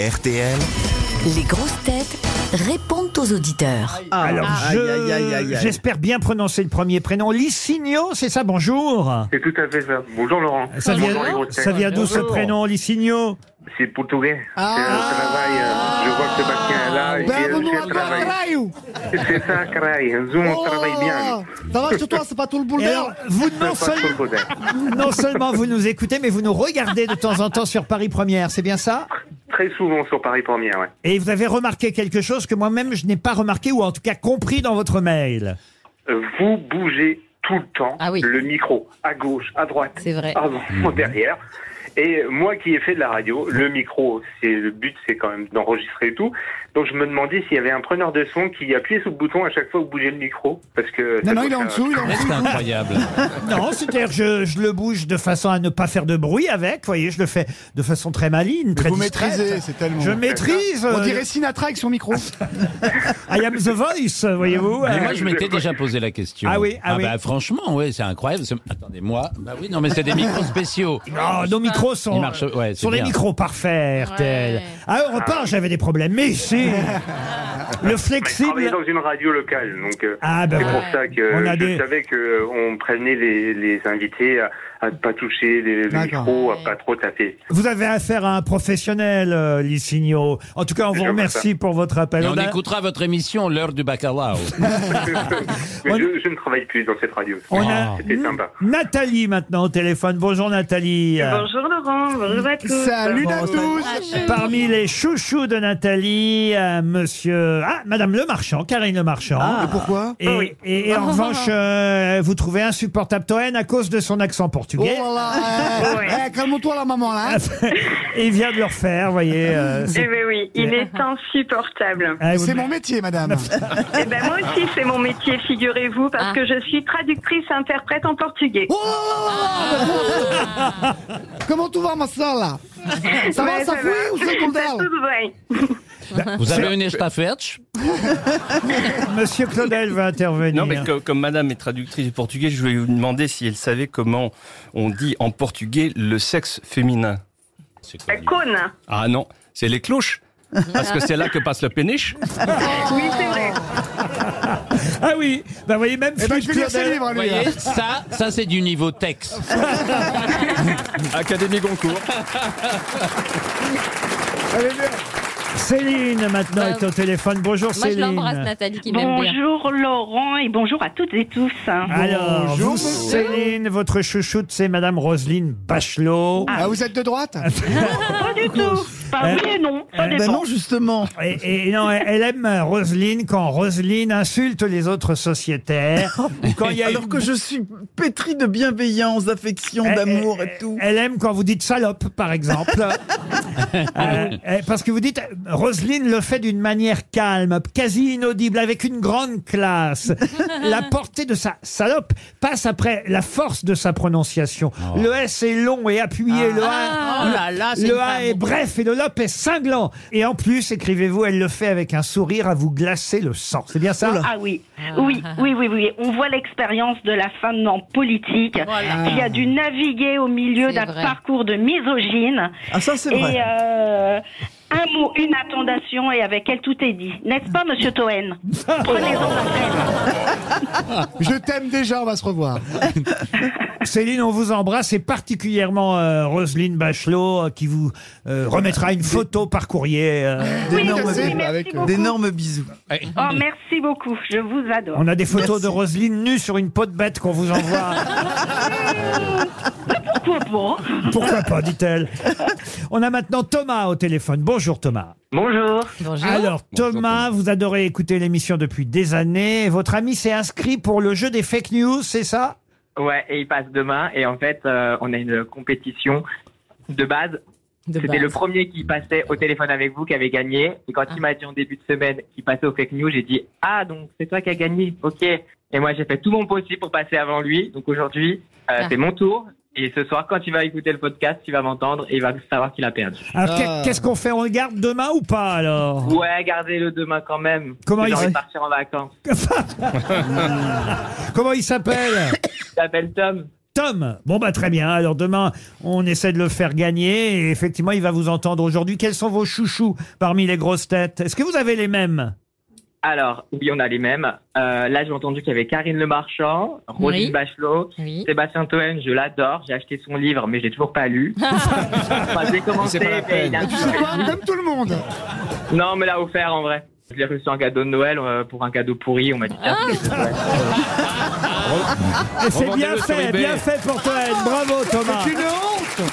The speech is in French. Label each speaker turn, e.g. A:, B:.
A: RTL.
B: Les grosses têtes répondent aux auditeurs.
C: Alors,
D: Ah.
C: je-
D: Aïe, aïe, aïe, aïe, aïe.
C: j'espère bien prononcer le premier prénom. Lissigno, c'est ça, bonjour.
E: C'est tout à fait ça. Bonjour Laurent.
C: Ça vient,
E: Bonjour les grosses têtes.
C: ça vient d'où ce
D: Bonjour.
C: prénom, Lissigno
E: C'est portugais. C'est le travail. euh, Je vois que Sébastien est là. et
D: Bienvenue
E: c'est
D: à
E: le travail.
D: Carraio.
E: C'est ça, craille. Zoom, on travaille bien.
D: Ça va chez toi, c'est pas tout le
C: Et alors,
D: boulevard
C: vous non,
E: Pas
C: seul-
E: trop de bonheur.
C: non seulement vous nous écoutez, mais vous nous regardez de temps en temps sur Paris Première, c'est bien ça
E: Très souvent sur Paris Première, ouais.
C: Et vous avez remarqué quelque chose que moi-même je n'ai pas remarqué ou en tout cas compris dans votre mail.
E: Euh, Vous bougez tout le temps
F: Ah oui.
E: le micro, à gauche, à droite,
F: C'est vrai. Mhm.
E: avant, derrière. Et moi qui ai fait de la radio, le micro, c'est le but, c'est quand même d'enregistrer et tout. Donc je me demandais s'il y avait un preneur de son qui appuyait sur le bouton à chaque fois que vous bougez le micro, parce que
D: Non,
E: ça
D: non,
E: doit
D: il est en
E: faire- euh,
D: dessous, il est en dessous.
C: Non, c'est-à-dire que je, je le bouge de façon à ne pas faire de bruit avec, voyez, je le fais de façon très maligne,
D: Mais
C: très
D: Vous
C: discrète.
D: maîtrisez, c'est tellement.
C: Je maîtrise.
D: On
C: euh,
D: dirait Sinatra avec son micro.
C: I am the voice, voyez-vous.
G: Mais
C: euh,
G: moi, je m'étais déjà posé la question.
C: Ah oui, ah oui.
G: bah, franchement, ouais, c'est incroyable. ce- Attendez-moi. Bah oui, non, mais c'est des micros spéciaux.
C: Oh, nos micros sont,
G: Ils marchent- ouais, c'est
C: sont des
G: bien. Ah.
C: micros parfaits, RTL.
F: Ouais.
C: À Europe 1, j'avais des problème, mais ici, le
E: Mais je travaillais
C: flexible.
E: dans une radio locale, donc euh,
C: Ah, ben
E: c'est
C: voilà.
E: pour ça que
C: On
E: euh,
C: a
E: je
C: des-
E: savais que euh, on prévenait les, les invités à, à ne pas toucher les, le
D: D'accord.
E: micro, à pas trop taper.
C: Vous avez affaire à un professionnel, euh, Lissigno. En tout cas, on
E: Je
C: vous
E: vois
C: remercie pour votre appel.
G: Et on
C: a-
G: écoutera votre émission l'heure du bacalao.
E: Mais
C: On-
E: je, je ne travaille plus dans cette radio.
C: on
G: Ah,
C: a
E: C'était sympa.
C: Nathalie maintenant au téléphone. Bonjour Nathalie.
H: Bonjour Laurent, bonjour à tous.
D: Salut à tous
C: Parmi les chouchous de Nathalie, euh, monsieur. Ah, Madame Le Marchand, Karine Le Marchand.
D: Mais pourquoi
C: Et,
F: Ah
C: et- et en revanche, euh, vous trouvez insupportable Toen à cause de son accent
D: Oh
C: portugais.
D: là là, eh, eh, calme-toi la maman
C: Ah,
D: là. hein.
C: Et il vient de le refaire, voyez. euh, c'est-
H: Eh ben oui, il est insupportable.
C: Ah, vous-
D: C'est mon métier, madame.
H: Eh ben moi aussi, c'est mon métier, figurez-vous, parce que je suis traductrice interprète en portugais.
D: Oh là là là là là. Comment tu vas, ma soeur là Ça va,
H: Ouais, Ben,
D: ça fouille ou c'est ton
H: Tá
D: dalle
H: tudo bem.
G: Vous avez une estafette
C: Monsieur Claudel va intervenir.
I: Non, mais co- comme madame est traductrice du portugais, je vais lui demander si elle savait comment on dit en portugais le sexe féminin.
G: C'est
H: Euh, Cône.
I: Ah non, c'est les cloches. Parce que c'est là que passe le péniche.
H: Oui, c'est vrai.
C: Ah oui, bah voyez même
D: Eh ben,
C: Philippe
D: je vais lire ses
C: Claudel-
D: livres,
G: Vous
D: lui. hein.
G: voyez, ça, ça c'est du niveau texte.
I: Académie Goncourt.
D: Allez, viens.
C: Céline maintenant
F: Bah,
C: est au téléphone. Bonjour
F: Moi, je
C: Céline.
F: l'embrasse, Nathalie, qui m'aime bien.
H: Bonjour Laurent et bonjour à toutes et tous.
C: Alors,
D: Bonjour,
C: vous,
D: monsieur.
C: Céline, votre chouchoute, c'est Madame Roselyne Bachelot.
D: Ah, vous êtes de droite
H: Pas du tout. Pas oui et non.
D: eh
H: Ça
D: ben
J: Ben
H: dépend.
D: justement.
C: Ah, Et, et non, elle- elle aime Roselyne quand Roselyne insulte les autres sociétaires. ou quand il
F: Ah,
C: y a une-
J: que je suis pétri de bienveillance, d'affection,
C: Elle-
J: d'amour
C: elle-
J: et tout.
C: Eh, Elle aime quand vous dites salope, par exemple. Euh, euh, parce que vous dites, euh, Roselyne le fait d'une manière calme, quasi inaudible, avec une grande classe. la portée de sa salope passe après la force de sa prononciation. Le S est long et appuyé, le A,
F: Oh. Ah.
C: le-
F: Oh là là, c'est
C: le
F: une
C: A
F: femme.
C: est bref et le lop est cinglant. Et en plus, écrivez-vous, elle le fait avec un sourire à vous glacer le sang. C'est bien ça
H: Ah oui, oui, oui, oui, oui. On voit l'expérience de la femme en politique qui a dû naviguer au milieu
F: C'est
H: d'un
F: vrai.
H: parcours de misogyne.
J: Ah, ça, c'est
H: Et
J: vrai.
H: euh, un mot, une attendation, et avec elle tout est dit. N'est-ce pas, Monsieur Toen Prenez-en la peine.
D: Je t'aime déjà, on va se revoir.
C: Céline, on vous embrasse et particulièrement euh, Roselyne Bachelot euh, qui vous euh, remettra une photo par courrier. euh.
J: D'énormes
D: merci, euh,
J: bisous.
H: merci
J: Avec-
H: beaucoup.
J: d'énormes bisous.
H: Oh, merci beaucoup. Je vous adore.
C: on a des photos de Roselyne nue sur une peau de bête qu'on vous envoie.
H: Pourquoi pas
C: Pourquoi pas, dit-elle. On a maintenant Thomas au téléphone. Bonjour Thomas.
H: Bonjour.
F: Bonjour.
C: Alors Thomas, vous adorez écouter l'émission depuis des années. Votre ami s'est inscrit pour le jeu des fake news, c'est ça
K: Ouais, et il passe demain. Et en fait, euh, on a une compétition de base.
F: De
K: C'était
F: base. Ah.
K: le premier qui passait au téléphone avec vous qui avait gagné. Et quand il m'a dit en début de semaine qu'il passait au fake news, j'ai dit Ah, donc c'est toi qui as gagné. Ok. Et moi, j'ai fait tout mon possible pour passer avant lui. Donc aujourd'hui, euh,
F: Ah.
K: c'est mon tour. Et ce soir, quand il va écouter le podcast, il va m'entendre et il va savoir qu'il a perdu.
C: Alors qu'est-
J: Ah.
C: qu'est-ce qu'on fait On le garde demain ou pas alors
F: Oh.
K: Ouais, gardez-le demain quand même.
C: Comment
K: J'ai
C: il
K: envie
C: s'est-
K: de partir en vacances.
C: Comment il s'appelle
K: Je t'appelle Tom.
C: Tom. Bon, bah, très bien. Alors, demain, on essaie de le faire gagner. Et effectivement, il va vous entendre aujourd'hui. Quels sont vos chouchous parmi les grosses têtes Est-ce que vous avez les mêmes
K: Alors, oui, on a les mêmes. Euh, là, j'ai entendu qu'il y avait Karine Le Marchand, Roselyne
F: Oui.
K: Bachelot,
F: Oui.
K: Sébastien Toen, je l'adore. J'ai acheté son livre, mais je l'ai toujours pas lu. Enfin, je l'ai commencé,
G: C'est pas la
K: mais
G: peine.
K: il a-
D: Tu sais quoi Comme tout le monde.
K: Non, mais l'a offert en vrai. Je l'ai reçu en cadeau de Noël euh, pour un cadeau pourri. On m'a dit, tiens,
C: Et C'est
I: Revendez-le
C: bien
I: Ah, sur
C: fait,
I: eBay.
C: bien fait pour toi. Ed. Bravo, Thomas.
D: C'est une honte.